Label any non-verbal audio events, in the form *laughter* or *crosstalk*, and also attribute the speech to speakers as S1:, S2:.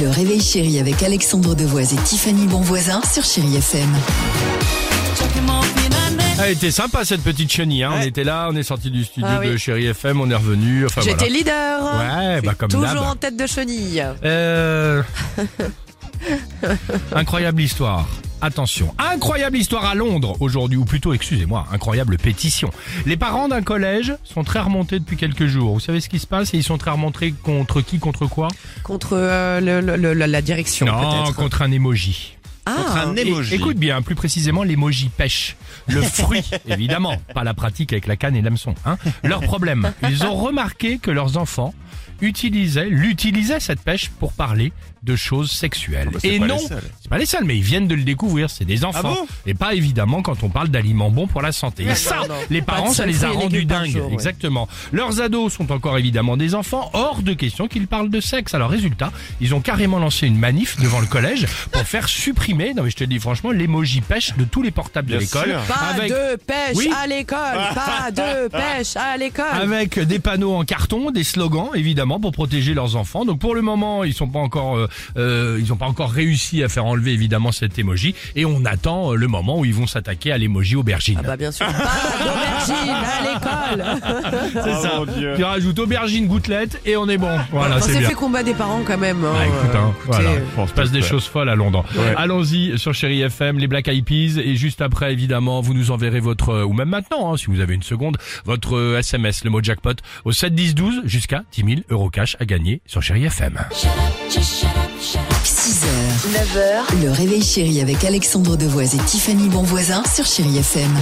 S1: Le réveil chéri avec Alexandre Devoise et Tiffany Bonvoisin sur Chéri FM.
S2: Ah, Elle était sympa cette petite chenille. Hein. On était là, on est sorti du studio
S3: Ah oui.
S2: de Chéri FM, on est revenu. Enfin, voilà.
S3: J'étais leader.
S2: Ouais, bah comme
S3: Toujours
S2: d'hab.
S3: en tête de chenille. *laughs*
S2: Euh... incroyable histoire. Attention, incroyable histoire à Londres aujourd'hui, ou plutôt, excusez-moi, incroyable pétition. Les parents d'un collège sont très remontés depuis quelques jours. Vous savez ce qui se passe et ils sont très remontés contre qui, contre quoi
S3: Contre euh, le- le- le- la, la direction,
S2: Non,
S3: peut-être.
S2: contre un emoji.
S3: Ah,
S2: Et- Écoute bien, plus précisément l'emoji pêche.
S3: *laughs*
S2: Le fruit, évidemment, pas la pratique avec la canne et l'hameçon. Hein. Leur problème, ils ont remarqué que leurs enfants utilisaient, l'utilisaient cette pêche pour parler de choses
S3: Ah
S2: sexuelles.
S3: bah,
S2: et non, c'est pas les seuls, mais ils viennent de le découvrir, c'est des enfants. et pas évidemment quand on parle d'aliments bons pour la santé. Et ça,
S3: non.
S2: les
S3: Pas de
S2: parents, ça
S3: seuls
S2: les a
S3: fruits et
S2: rendus
S3: légumes par
S2: dingues.
S3: jour, ouais.
S2: Exactement. Leurs ados sont encore évidemment des enfants, hors de question qu'ils parlent de sexe. Alors résultat, ils ont carrément lancé une manif devant le collège pour faire supprimer, non mais je te le dis franchement, l'emoji pêche de tous les portables de l'école.
S3: Pas
S2: Avec,
S3: de pêche
S2: Oui. Ah.
S3: à l'école.
S2: *laughs*
S3: Pas de pêche à l'école.
S2: avec des panneaux en carton, des slogans évidemment pour protéger leurs enfants. Donc pour le moment, ils sont pas encore, euh, euh, ils ont pas encore réussi à faire enlever évidemment cet emoji et on attend euh, le moment où ils vont s'attaquer à l'emoji aubergine.
S3: Ah bah bien sûr. Pas d'aubergine à
S2: Ah,
S3: l'école.
S2: C'est ça. Tu rajoutes aubergine, gouttelette et on est bon. Voilà,
S3: On
S2: c'est
S3: s'est
S2: bien.
S3: fait combat des parents quand même. hein.
S2: Ah, écoute, hein,
S3: Écoutez,
S2: voilà.
S3: euh,
S2: Il se passe des choses folles à Londres. Allons-y sur Chéri FM, les Black Eyed Peas, et juste après, évidemment, vous nous enverrez votre, euh, ou même maintenant, hein, si vous avez une seconde, votre euh, SMS, le mot jackpot, au 7 10 12 jusqu'à 10 000 euros cash à gagner sur Chéri FM.
S1: 6h, 9h, le réveil chéri avec Alexandre Devoise et Tiffany Bonvoisin sur Chéri FM.